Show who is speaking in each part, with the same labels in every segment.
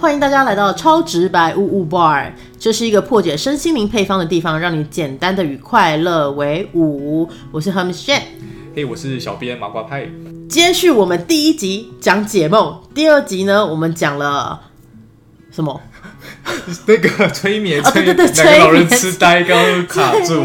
Speaker 1: 欢迎大家来到超直白物物 bar，这是一个破解身心灵配方的地方，让你简单的与快乐为伍。我是 Hermes Shen，
Speaker 2: 嘿哎我是小编麻瓜派。
Speaker 1: 接续我们第一集讲解梦，第二集呢，我们讲了什么？
Speaker 2: 那个 催眠，
Speaker 1: 哦对对对
Speaker 2: 两个老人
Speaker 1: 催眠
Speaker 2: 痴呆，刚刚卡 住。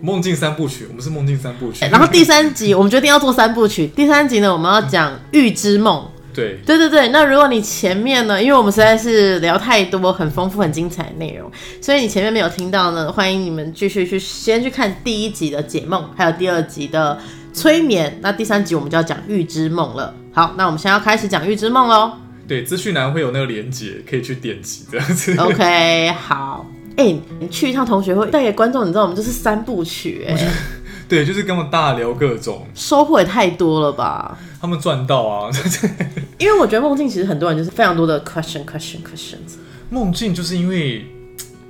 Speaker 2: 梦境三部曲，我们是梦境三部曲。
Speaker 1: 哎然后第三集我们决定要做三部曲，第三集呢，我们要讲预知梦。
Speaker 2: 对，
Speaker 1: 对对对，那如果你前面呢，因为我们实在是聊太多很丰富、很精彩的内容，所以你前面没有听到呢，欢迎你们继续去先去看第一集的解梦，还有第二集的催眠。那第三集我们就要讲预知梦了。好，那我们现在要开始讲预知梦喽。
Speaker 2: 对，资讯栏会有那个连接，可以去点击这样子。
Speaker 1: 嗯哦 OK，好。哎、你去一趟同学会，带给观众，你知道我们这是三部曲、哎，
Speaker 2: 对，就是跟我们大聊各种，
Speaker 1: 收获也太多了吧？
Speaker 2: 他们赚到啊！
Speaker 1: 因为我觉得梦境其实很多人就是非常多的 question question questions，
Speaker 2: 梦境就是因为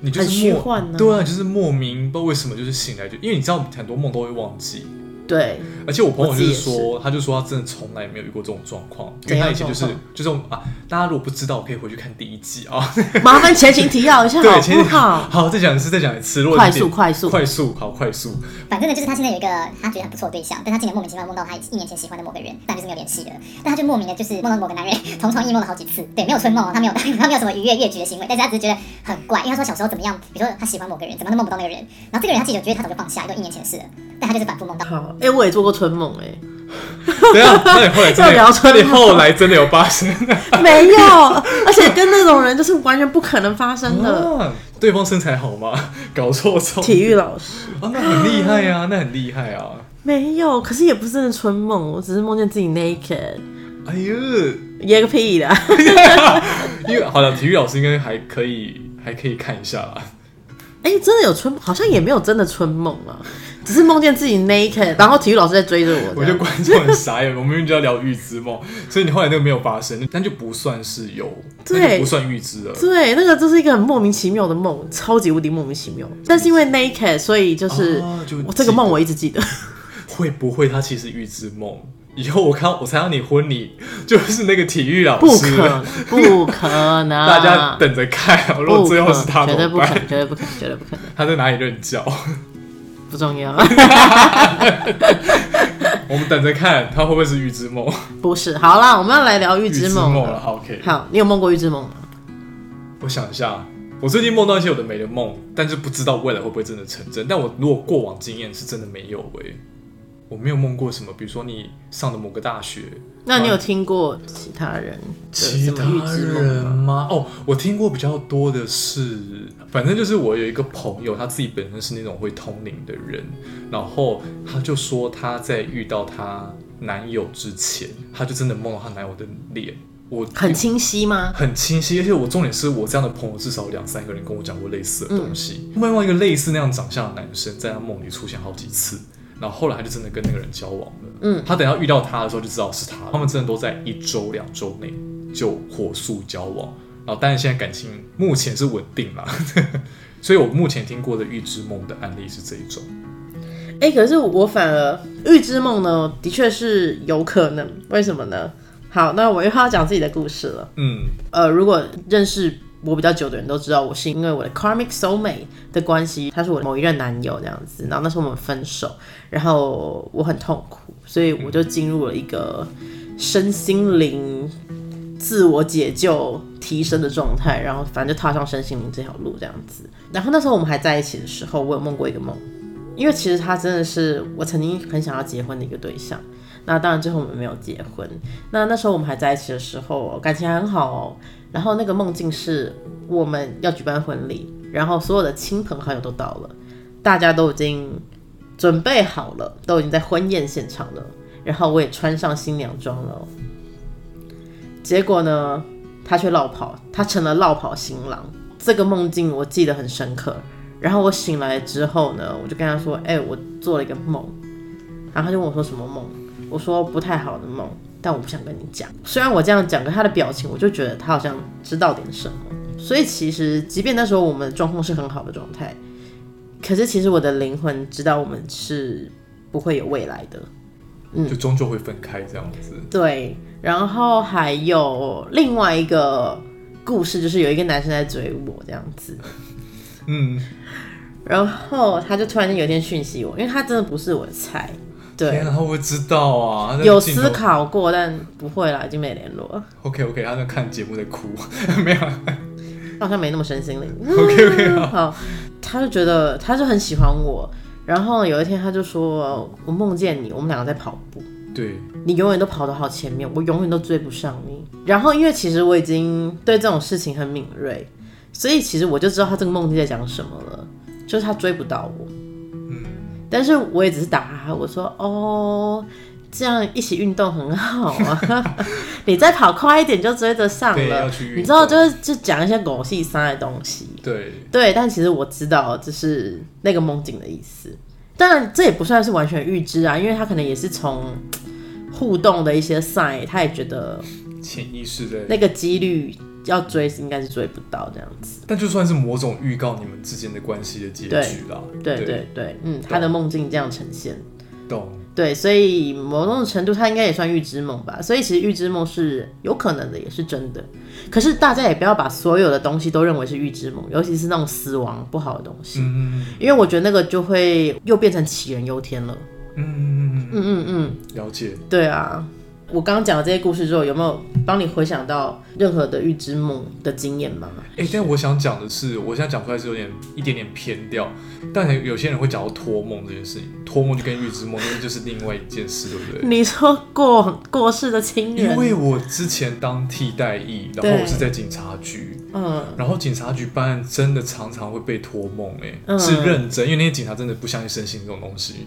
Speaker 2: 你就是
Speaker 1: 很虚
Speaker 2: 莫
Speaker 1: 幻啊
Speaker 2: 对啊，就是莫名不知道为什么就是醒来就，因为你知道很多梦都会忘记，
Speaker 1: 对，
Speaker 2: 而且我朋友
Speaker 1: 我
Speaker 2: 就
Speaker 1: 自己
Speaker 2: 是
Speaker 1: 也是
Speaker 2: 说，他就说他真的从来没有遇过这种状况，因
Speaker 1: 怎
Speaker 2: 为
Speaker 1: 样
Speaker 2: 他以前就是
Speaker 1: 状
Speaker 2: 就是我们啊，大家如果不知道，可以回去看第一季啊。
Speaker 1: 麻烦前情提要一下好
Speaker 2: 对，前
Speaker 1: 不好？
Speaker 2: 啊好，再讲一次，再讲一次，如果
Speaker 1: 快
Speaker 2: 你点
Speaker 1: 速快速
Speaker 2: 快速，好，快 速。
Speaker 3: 反正呢，就是他现在有一个他觉得很不错的对象，但他竟然莫名其妙梦到他一年前喜欢的某个人，但就是没有联系了。但他就莫名的，就是梦到某个男人同床异梦了好几次。对，没有春梦哦，他没有他没有什么愉悦越举的行为，但是他只是觉得很怪，因为他说小时候怎么样，比如说他喜欢某个人，怎么都梦不到那个人。然后这个人他自己就觉得他早就放下，都一年前的事了，但他就是反复梦到。
Speaker 1: 好，哎、我也做过春梦、哎。
Speaker 2: 对啊，那你后来真
Speaker 1: 又
Speaker 2: 的，
Speaker 1: 聊出来
Speaker 2: 那你后来真的有 发生
Speaker 1: 没有，而且跟那种人就是完全不可能发生的。
Speaker 2: 啊？对方身材好吗？ 搞错错
Speaker 1: 体育老师
Speaker 2: 啊，那很厉害啊，那很厉害啊！
Speaker 1: 没有，可是也不是真的春梦，我只是梦见自己 naked，
Speaker 2: 哎呦，
Speaker 1: 耶个屁 的！
Speaker 2: 因为好了，体育老师应该还可以，还可以看一下啦。
Speaker 1: 哎、真的有春，好像也没有真的春梦啊，只是梦见自己 naked，然后体育老师在追着我。
Speaker 2: 我
Speaker 1: 这
Speaker 2: 就
Speaker 1: 样
Speaker 2: 观众很傻 眼，我们明明就要聊预知梦，所以你后来那个没有发生，但就不算是有，
Speaker 1: 对
Speaker 2: 那就不算预知了。
Speaker 1: 对，那个就是一个很莫名其妙的梦，超级无敌莫名其妙。但是因为 naked，所以哦就是、
Speaker 2: 啊就
Speaker 1: 我这个梦我一直记得。
Speaker 2: 会不会他其实预知梦？以后我看我参加你婚礼，就是那个体育老
Speaker 1: 不
Speaker 2: 师，
Speaker 1: 可，不可 能！
Speaker 2: 大家等着看。如
Speaker 1: 不
Speaker 2: 果
Speaker 1: 可
Speaker 2: 最后是他
Speaker 1: 绝
Speaker 2: 怎
Speaker 1: 对啊不
Speaker 2: 么
Speaker 1: 可能，
Speaker 2: 办？
Speaker 1: 绝对不可能，绝对不可能，
Speaker 2: 他在哪里任教？
Speaker 1: 不重要。
Speaker 2: 我们等着看他会不会是预知梦？
Speaker 1: 不是，好啦，我们要来聊 预
Speaker 2: 预
Speaker 1: 知
Speaker 2: 知
Speaker 1: 梦
Speaker 2: 梦
Speaker 1: 了
Speaker 2: 了。好，OK。
Speaker 1: 好，你有梦过预知梦吗？
Speaker 2: 我想一下，我最近梦到一些有的没的梦，但是不知道未来会不会真的成真。但我如果过往经验是真的没有诶、我没有梦过什么，比如说你上的某个大学，
Speaker 1: 那你有
Speaker 2: 哇
Speaker 1: 听过其他人的
Speaker 2: 其
Speaker 1: 什
Speaker 2: 他
Speaker 1: 么预知梦
Speaker 2: 人
Speaker 1: 吗？
Speaker 2: 吗？哦，我听过比较多的是，反正就是我有一个朋友，他自己本身是那种会通灵的人，然后他就说他在遇到她男友之前，他就真的梦到她男友的脸，我
Speaker 1: 很清晰吗？
Speaker 2: 很清晰，而且我重点是我这样的朋友至少有两三个人跟我讲过类似的东西。
Speaker 1: 嗯
Speaker 2: 梦到一个类似那样长相的男生在他梦里出现好几次，然后后来他就真的跟那个人交往了。
Speaker 1: 嗯，
Speaker 2: 他等到遇到他的时候就知道是他了，他们真的都在一周两周内就火速交往，然后但是现在感情目前是稳定啦。 所以我目前听过的预知梦的案例是这一种，
Speaker 1: 哎、可是我反而预知梦呢，的确是有可能。为什么呢？好，那我又要讲自己的故事了。
Speaker 2: 嗯，
Speaker 1: 呃，如果认识我比较久的人都知道，我是因为我的 karmic soulmate 的关系，他是我的某一任男友这样子，然后那时候我们分手，然后我很痛苦，所以我就进入了一个身心灵自我解救提升的状态，然后反正就踏上身心灵这条路这样子。然后那时候我们还在一起的时候，我有梦过一个梦，因为其实他真的是我曾经很想要结婚的一个对象。那当然，最后我们没有结婚。那那时候我们还在一起的时候，感情还很好哦。然后那个梦境是我们要举办婚礼，然后所有的亲朋好友都到了，大家都已经准备好了，都已经在婚宴现场了。然后我也穿上新娘装了哦，结果呢，他却落跑，他成了落跑新郎。这个梦境我记得很深刻。然后我醒来之后呢，我就跟他说：“哎、我做了一个梦。”然后他就问我说：“什么梦？”我说不太好的梦，但我不想跟你讲。虽然我这样讲，可他的表情，我就觉得他好像知道点什么。所以其实，即便那时候我们的状况是很好的状态，可是其实我的灵魂知道我们是不会有未来的。嗯
Speaker 2: 就终究会分开这样子。
Speaker 1: 对，然后还有另外一个故事就是有一个男生在追我这样子，
Speaker 2: 嗯，
Speaker 1: 然后他就突然间有一天讯息我，因为他真的不是我的菜，对
Speaker 2: 天，啊，他会不会知道啊？
Speaker 1: 有思考过，但不会啦，已经没联络了，
Speaker 2: ，OK OK，他在看节目在哭， 没有
Speaker 1: 好像没那么身心灵。
Speaker 2: ，OK OK，好，
Speaker 1: 好，他就觉得他就很喜欢我，然后有一天他就说，我梦见你，我们两个在跑步。
Speaker 2: 对，
Speaker 1: 你永远都跑得好前面，我永远都追不上你。然后，因为其实我已经对这种事情很敏锐，所以其实我就知道他这个梦境在讲什么了，就是他追不到我。
Speaker 2: 嗯，
Speaker 1: 但是我也只是打哈哈，我说哦，这样一起运动很好 啊，你再跑快一点就追得上
Speaker 2: 对
Speaker 1: 了
Speaker 2: 要去。运动
Speaker 1: 你知道，就是就讲一些狗屁伤的东西。
Speaker 2: 对，
Speaker 1: 对，但其实我知道这是那个梦境的意思。当然，这也不算是完全预知啊，因为他可能也是从互动的一些 sign，他也觉得
Speaker 2: 潜意识在，
Speaker 1: 那个几率要追应该是追不到这样子。
Speaker 2: 但就算是某种预告你们之间的关系的结局啦，
Speaker 1: 对对对，嗯，他的梦境这样呈现。
Speaker 2: 懂，
Speaker 1: 对，所以某种程度，它应该也算预知梦吧。所以其实预知梦是有可能的，也是真的。可是大家也不要把所有的东西都认为是预知梦，尤其是那种死亡不好的东西，
Speaker 2: 嗯
Speaker 1: 因为我觉得那个就会又变成杞人忧天了。
Speaker 2: 嗯嗯嗯嗯，
Speaker 1: 嗯嗯
Speaker 2: 了解
Speaker 1: 嗯，，对啊。我刚刚讲了这些故事之后，有没有帮你回想到任何的预知梦的经验吗？
Speaker 2: 哎、但我想讲的是，我现在讲出来是有点一点点偏掉，但有些人会讲到托梦这件事情，托梦就跟预知梦，那就是另外一件事，对不对？
Speaker 1: 你说过过世的亲
Speaker 2: 因
Speaker 1: 人，
Speaker 2: 为我之前当替代役，然后我是在警察局，
Speaker 1: 嗯，
Speaker 2: 然后警察局办案真的常常会被托梦、欸，
Speaker 1: 嗯
Speaker 2: 是认真，因为那些警察真的不相信身心这种东西，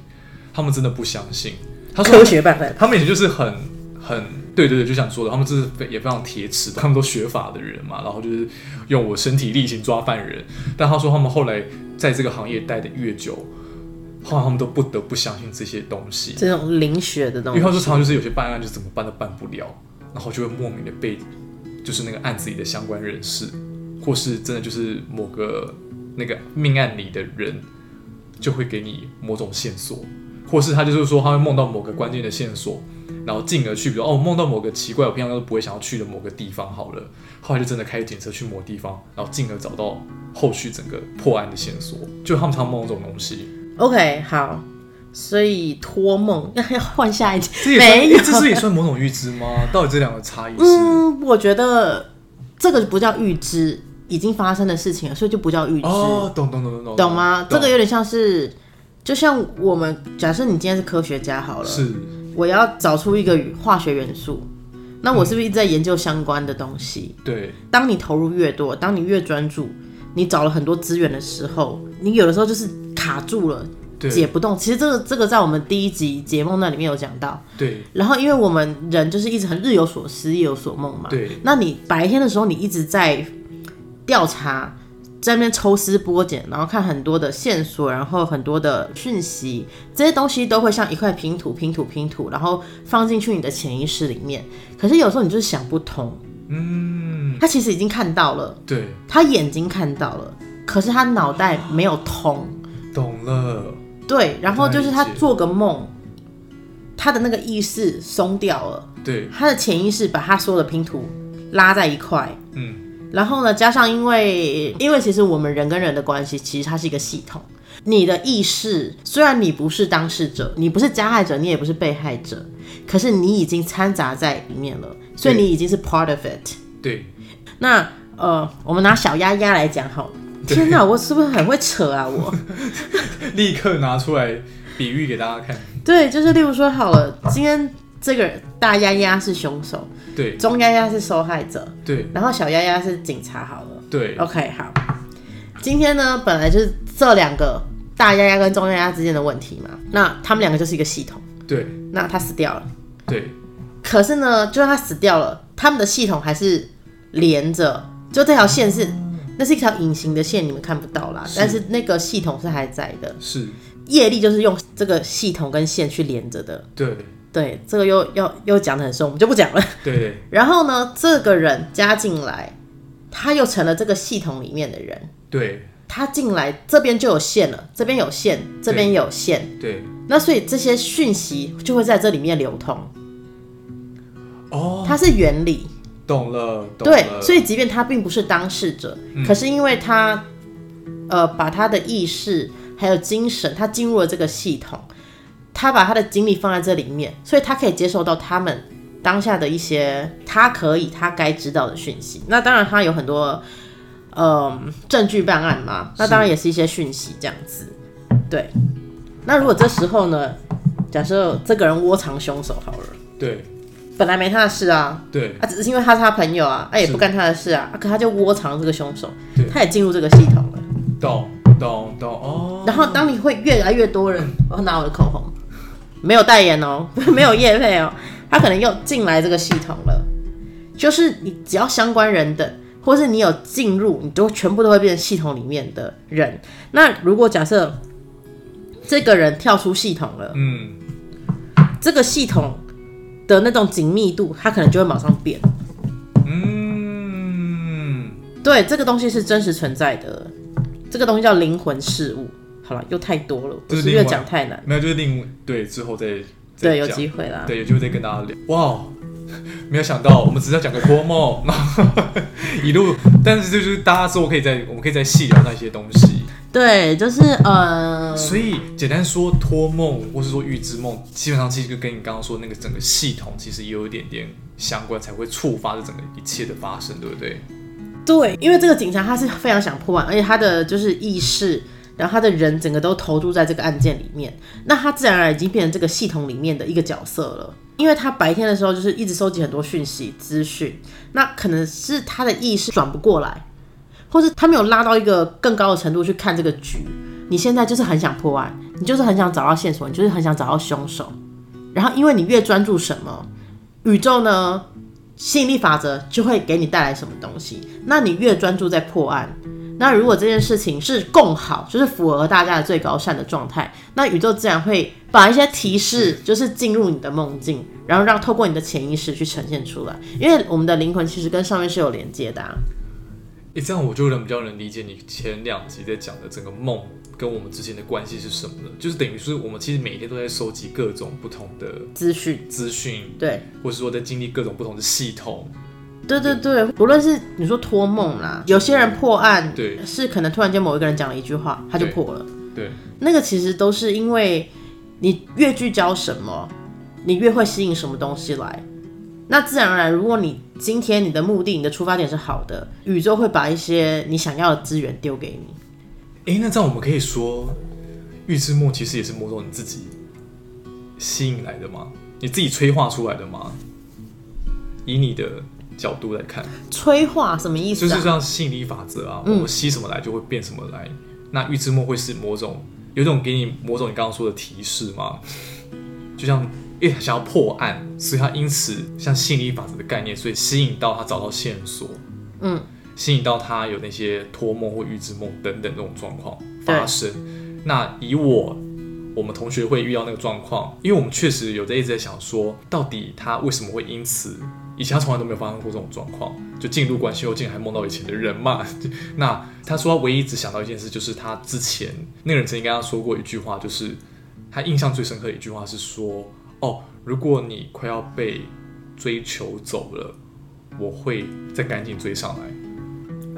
Speaker 2: 他们真的不相信。他
Speaker 1: 科
Speaker 2: 说，
Speaker 1: 学办法，
Speaker 2: 他们以前就是很很对对对，就像你说的，他们就是非也非常铁齿的，他们都学法的人嘛，然后就是用我身体力行抓犯人。但他说他们后来在这个行业待的越久，后来他们都不得不相信这些东西，
Speaker 1: 这种灵学的
Speaker 2: 因
Speaker 1: 东
Speaker 2: 为
Speaker 1: 西
Speaker 2: 他，说常常就是有些办案就是怎么办都办不了，然后就会莫名的被就是那个案子里的相关人士，或是真的就是某个那个命案里的人，就会给你某种线索，或是他就是说他会梦到某个关键的线索，然后进而去，比如哦梦到某个奇怪我平常都不会想要去的某个地方好了，后来就真的开警车去某地方，然后进而找到后续整个破案的线索，就他们常梦到这种东西。
Speaker 1: OK，好，所以托梦 要换下一
Speaker 2: 这
Speaker 1: 集，
Speaker 2: 也算
Speaker 1: 没有，
Speaker 2: 这是也算某种预知吗？到底这两个差异是？
Speaker 1: 嗯，我觉得这个不叫预知，已经发生的事情了，所以就不叫预知，
Speaker 2: 哦，懂懂懂懂懂，
Speaker 1: 懂吗？这
Speaker 2: 懂
Speaker 1: 个有点像是，就像我们假设你今天是科学家好了，
Speaker 2: 是
Speaker 1: 我要找出一个化学元素，那我是不是一直在研究相关的东西？
Speaker 2: 对，
Speaker 1: 当你投入越多，当你越专注，你找了很多资源的时候，你有的时候就是卡住了，
Speaker 2: 对
Speaker 1: 解不动。其实这个这个在我们第一集节目那里面有讲到。
Speaker 2: 对
Speaker 1: 然后，因为我们人就是一直很日有所思，夜有所梦嘛。
Speaker 2: 对。
Speaker 1: 那你白天的时候，你一直在调查，在那边抽丝剥茧，然后看很多的线索，然后很多的讯息，这些东西都会像一块拼图，拼图，拼图，然后放进去你的潜意识里面。可是有时候你就是想不通，
Speaker 2: 嗯，
Speaker 1: 他其实已经看到了，
Speaker 2: 对，
Speaker 1: 他眼睛看到了，可是他脑袋没有通。
Speaker 2: 懂了，
Speaker 1: 对，然后就是他
Speaker 2: 理解
Speaker 1: 做个梦，他的那个意识松掉了。
Speaker 2: 对，
Speaker 1: 他的潜意识把他所有的拼图拉在一块，
Speaker 2: 嗯，
Speaker 1: 然后呢，加上因为因为其实我们人跟人的关系，其实它是一个系统。你的意识虽然你不是当事者，你不是加害者，你也不是被害者，可是你已经掺杂在里面了，所以
Speaker 2: 对
Speaker 1: 你已经是 part of it。
Speaker 2: 对，
Speaker 1: 那呃，我们拿小丫丫来讲好了。
Speaker 2: 对
Speaker 1: 天哪，我是不是很会扯啊？我
Speaker 2: 立刻拿出来比喻给大家看，
Speaker 1: 对，就是例如说好了，今天这个大丫丫是凶手，
Speaker 2: 对
Speaker 1: 中丫丫是受害者，
Speaker 2: 对
Speaker 1: 然后小丫丫是警察好了。
Speaker 2: 对，
Speaker 1: OK，好，今天呢，本来就是这两个大丫丫跟中丫丫之间的问题嘛，那他们两个就是一个系统，
Speaker 2: 对
Speaker 1: 那他死掉了，
Speaker 2: 对，
Speaker 1: 可是呢，就算他死掉了，他们的系统还是连着，就这条线是。那是一条隐形的线，你们看不到啦。
Speaker 2: 是
Speaker 1: 但是那个系统是还在的，
Speaker 2: 是，
Speaker 1: 业力就是用这个系统跟线去连着的。
Speaker 2: 对
Speaker 1: 对，这个又又又讲的很深，我们就不讲了。
Speaker 2: 对
Speaker 1: 然后呢，这个人加进来，他又成了这个系统里面的人。
Speaker 2: 对
Speaker 1: 他进来这边就有线了，这边有线，这边有线，
Speaker 2: 对，
Speaker 1: 那所以这些讯息就会在这里面流通，
Speaker 2: 哦，
Speaker 1: 它是原理。
Speaker 2: 懂了，懂
Speaker 1: 对，
Speaker 2: 了
Speaker 1: 所以即便他并不是当事者，
Speaker 2: 嗯
Speaker 1: 可是因为他，呃，把他的意识还有精神，他进入了这个系统，他把他的精力放在这里面，所以他可以接受到他们当下的一些他可以他该知道的讯息。那当然，他有很多，嗯、证据办案嘛，那当然也是一些讯息这样子。对，那如果这时候呢，假设这个人窝藏凶手好了，
Speaker 2: 对
Speaker 1: 本来没他的事啊，
Speaker 2: 对
Speaker 1: 啊，只是因为他是他朋友啊，啊也
Speaker 2: 是
Speaker 1: 不干他的事啊，啊可他就窝藏这个凶手
Speaker 2: 对，
Speaker 1: 他也进入这个系统了。
Speaker 2: 懂懂懂哦。
Speaker 1: 然后当你会越来越多 人，我拿我的口红，没有代言哦， 没有业配哦，他可能又进来这个系统了。就是你只要相关人等，或是你有进入，你都全部都会变成系统里面的人。那如果假设这个人跳出系统了，
Speaker 2: 嗯，
Speaker 1: 这个系统的那种紧密度，它可能就会马上变。
Speaker 2: 嗯，
Speaker 1: 对，这个东西是真实存在的，这个东西叫灵魂事物。好了，又太多了，我
Speaker 2: 这是
Speaker 1: 是
Speaker 2: 另
Speaker 1: 越
Speaker 2: 外
Speaker 1: 讲太难。
Speaker 2: 没有，就是另对之后再再
Speaker 1: 对，有
Speaker 2: 讲
Speaker 1: 机会啦。
Speaker 2: 对有机会再跟大家聊。哇，哦没有想到我们只是要讲个托梦，然后 一路，但是就是大家之后可以再我们可以再细聊那些东西。
Speaker 1: 对，就是呃，
Speaker 2: 所以简单说，托梦或是说预知梦，基本上其实就跟你刚刚说的那个整个系统其实也有一点点相关，才会触发这整个一切的发生，对不对？
Speaker 1: 对，因为这个警察他是非常想破案，而且他的就是意识，然后他的人整个都投入在这个案件里面，那他自然而然已经变成这个系统里面的一个角色了。因为他白天的时候就是一直收集很多讯息资讯，那可能是他的意识转不过来，或是他没有拉到一个更高的程度去看这个局。你现在就是很想破案，你就是很想找到线索，你就是很想找到凶手。然后因为你越专注什么，宇宙呢吸引力法则就会给你带来什么东西。那你越专注在破案，那如果这件事情是共好，就是符合大家的最高善的状态，那宇宙自然会把一些提示，就是进入你的梦境，然后让透过你的潜意识去呈现出来。因为我们的灵魂其实跟上面是有连接的、啊，
Speaker 2: 诶，这样我就能比较能理解你前两集在讲的整个梦跟我们之间的关系是什么了，就是等于是我们其实每天都在收集各种不同的
Speaker 1: 资讯。
Speaker 2: 资讯，
Speaker 1: 对，
Speaker 2: 或是说在经历各种不同的系统，
Speaker 1: 对对对，不论是你说托梦啦，有些人破案，
Speaker 2: 对
Speaker 1: 是可能突然间某一个人讲了一句话，他就
Speaker 2: 对
Speaker 1: 破了。
Speaker 2: 对，
Speaker 1: 那个其实都是因为你越聚焦什么，你越会吸引什么东西来。那自然而然，如果你今天你的目的、你的出发点是好的，宇宙会把一些你想要的资源丢给你。
Speaker 2: 诶，那这样我们可以说，预知梦其实也是某种你自己吸引来的吗？你自己催化出来的吗？以你的角度来看，
Speaker 1: 催化什么意思、
Speaker 2: 就
Speaker 1: 啊？
Speaker 2: 是像吸引力法则啊，我们吸什么来就会变什么来。那预知梦会是某种有一种给你某种你刚刚说的提示吗？就像因为他想要破案，所以他因此像吸引力法则的概念，所以吸引到他找到线索，
Speaker 1: 嗯，
Speaker 2: 吸引到他有那些托梦或预知梦等等这种状况发生。那以我我们同学会遇到那个状况，因为我们确实有在一直在想说，到底他为什么会因此，以前他从来都没有发生过这种状况，就进入关系后竟然还梦到以前的人嘛。 那他说他唯一只想到一件事，就是他之前那个人曾经跟他说过一句话，就是他印象最深刻的一句话是说，哦，如果你快要被追求走了，我会再赶紧追上来。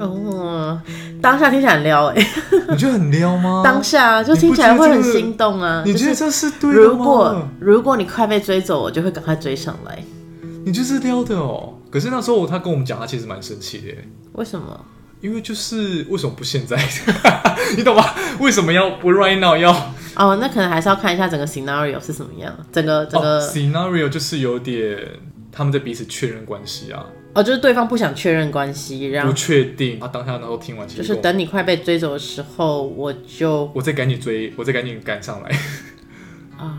Speaker 1: 哦，当下听起来很撩哎、
Speaker 2: 你觉得很撩吗？
Speaker 1: 当下啊就听起来会很心动啊。
Speaker 2: 你
Speaker 1: 就
Speaker 2: 觉得
Speaker 1: 是
Speaker 2: 这是对的吗？
Speaker 1: 如果如果你快被追走，我就会赶快追上来。
Speaker 2: 你就是撩的哦。可是那时候他跟我们讲，他其实蛮生气的耶，
Speaker 1: 为什么？
Speaker 2: 因为就是为什么不现在？ 你懂吗？为什么要不 right now 要？
Speaker 1: 哦，那可能还是要看一下整个 scenario 是什么样，整个整个
Speaker 2: 哦、scenario 就是有点他们在彼此确认关系啊，
Speaker 1: 哦，就是对方不想确认关系，然
Speaker 2: 不
Speaker 1: 后
Speaker 2: 确定。他当下然后听完，其
Speaker 1: 就
Speaker 2: 实
Speaker 1: 是
Speaker 2: 跟我
Speaker 1: 等你快被追走的时候，我就
Speaker 2: 我再赶紧追，我再赶紧赶上来。
Speaker 1: 啊。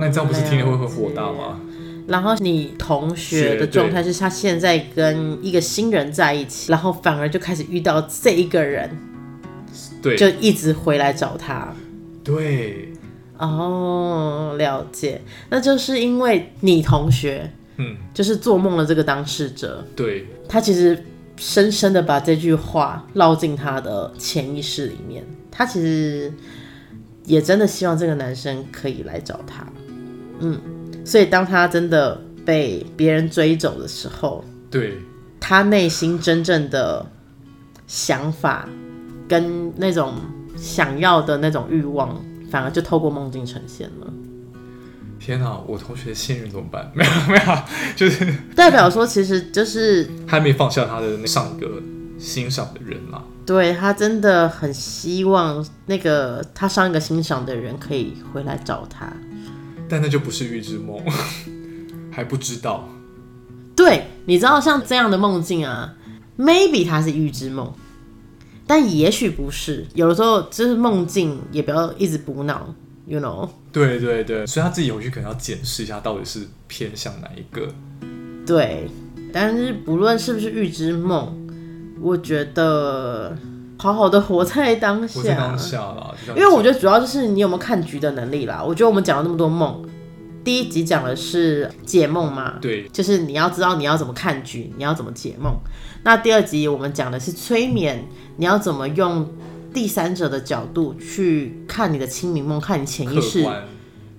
Speaker 2: 那你这样
Speaker 1: 嗯
Speaker 2: 不是听了会很火大吗？
Speaker 1: 然后你同学
Speaker 2: 学
Speaker 1: 的状态是他现在跟一个新人在一起，然后反而就开始遇到这一个人，
Speaker 2: 对
Speaker 1: 就一直回来找他。
Speaker 2: 对，
Speaker 1: 哦，了解，那就是因为你同学
Speaker 2: 嗯，
Speaker 1: 就是做梦的这个当事者，
Speaker 2: 对，
Speaker 1: 他其实深深的把这句话烙进他的潜意识里面。他其实也真的希望这个男生可以来找他，嗯，所以当他真的被别人追走的时候，
Speaker 2: 对，
Speaker 1: 她内心真正的想法跟那种想要的那种欲望，反而就透过梦境呈现了。
Speaker 2: 天哪，我同学现任怎么办？没 有没有，就是
Speaker 1: 代表说，其实就是
Speaker 2: 还没放下他的那上一个欣赏的人啦、
Speaker 1: 对他真的很希望那个他上一个欣赏的人可以回来找他。
Speaker 2: 但那就不是预知梦， 还不知道。
Speaker 1: 对，你知道像这样的梦境啊，maybe 它是预知梦，但也许不是。有的时候就是梦境，也不要一直补脑，you know。
Speaker 2: 对对对，所以他自己回去可能要检视一下，到底是偏向哪一个。
Speaker 1: 对，但是不论是不是预知梦，我觉得好好的活在当
Speaker 2: 我在
Speaker 1: 下，
Speaker 2: 当下啦，就像
Speaker 1: 啊因为我
Speaker 2: 你
Speaker 1: 觉得主要就是你有没有看局的能力啦。我觉得我们讲了那么多梦，第一集讲的是解梦嘛
Speaker 2: 讲，对
Speaker 1: 就是你要知道你要怎么看局，你要怎么解梦。那第二集我们讲的是催眠，你要怎么用第三者的角度去看你的清明梦，看你潜意
Speaker 2: 客
Speaker 1: 识，
Speaker 2: 观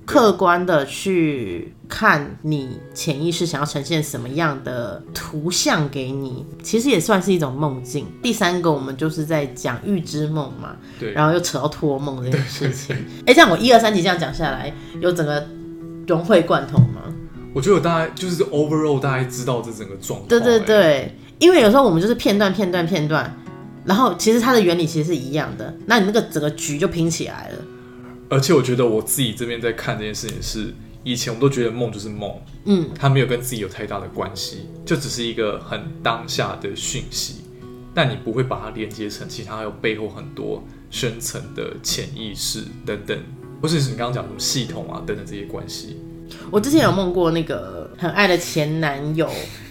Speaker 1: 客观的去看你潜意识想要呈现什么样的图像给你，其实也算是一种梦境。第三个我们就是在讲预知梦嘛，
Speaker 2: 对，
Speaker 1: 然后又扯到托梦这件事情。 哎、这样我一二三集这样讲下来，有整个融会贯通吗？
Speaker 2: 我觉得我大概就是 overall 大概知道这整个状况。
Speaker 1: 对对
Speaker 2: 欸，
Speaker 1: 对，因为有时候我们就是片段片段片段，然后其实它的原理其实是一样的，那你那个整个局就拼起来了。
Speaker 2: 而且我觉得我自己这边在看这件事情是，以前我们都觉得梦就是梦，
Speaker 1: 嗯，
Speaker 2: 它没有跟自己有太大的关系，就只是一个很当下的讯息，但你不会把它连接成其他还有背后很多深层的潜意识等等，或者是你刚刚讲什么系统啊等等这些关系。
Speaker 1: 我之前有梦过那个很爱的前男友，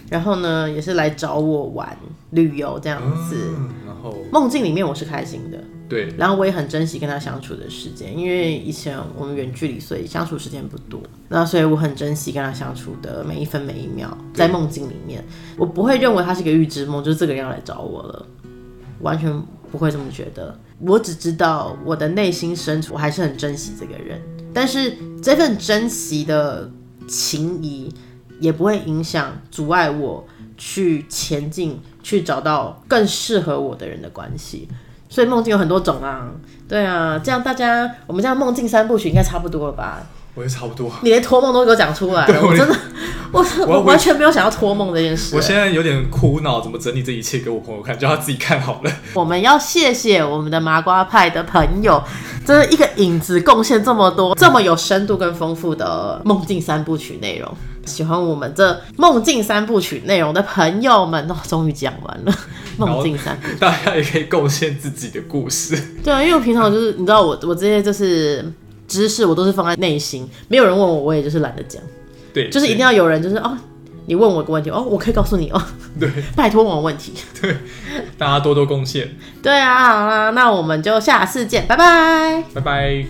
Speaker 1: 然后呢也是来找我玩旅游这样子。
Speaker 2: 嗯，然后
Speaker 1: 梦境里面我是开心的，
Speaker 2: 对
Speaker 1: 然后我也很珍惜跟他相处的时间，因为以前我们远距离，所以相处时间不多。那所以我很珍惜跟他相处的每一分每一秒，
Speaker 2: 对
Speaker 1: 在梦境里面，我不会认为他是个预知梦，就是这个人要来找我了，完全不会这么觉得。我只知道我的内心深处，我还是很珍惜这个人，但是这份珍惜的情谊也不会影响、阻碍我去前进，去找到更适合我的人的关系。所以梦境有很多种啊，对啊，这样大家我们这样梦境三部曲应该差不多了吧？
Speaker 2: 我也差不多。
Speaker 1: 你连托梦都给我讲出来了，我真的，我
Speaker 2: 我要
Speaker 1: 我完全没有想要托梦这件事。
Speaker 2: 我现在有点苦恼，怎么整理这一切给我朋友看，叫他自己看好了。
Speaker 1: 我们要谢谢我们的麻瓜派的朋友，真的一个影子贡献这么多，这么有深度跟丰富的梦境三部曲内容。喜欢我们这梦境三部曲内容的朋友们，哦，终于讲完了梦境三部曲。
Speaker 2: 大家也可以贡献自己的故事。
Speaker 1: 对啊，因为我平常就是你知道我我这些就是知识，我都是放在内心，没有人问我，我也就是懒得讲，
Speaker 2: 对，
Speaker 1: 就是一定要有人就是哦，你问我个问题哦，我可以告诉你哦，
Speaker 2: 对，
Speaker 1: 拜托问我问题。
Speaker 2: 大家多多贡献。
Speaker 1: 对啊，好啦，那我们就下次见，拜拜。
Speaker 2: 拜拜。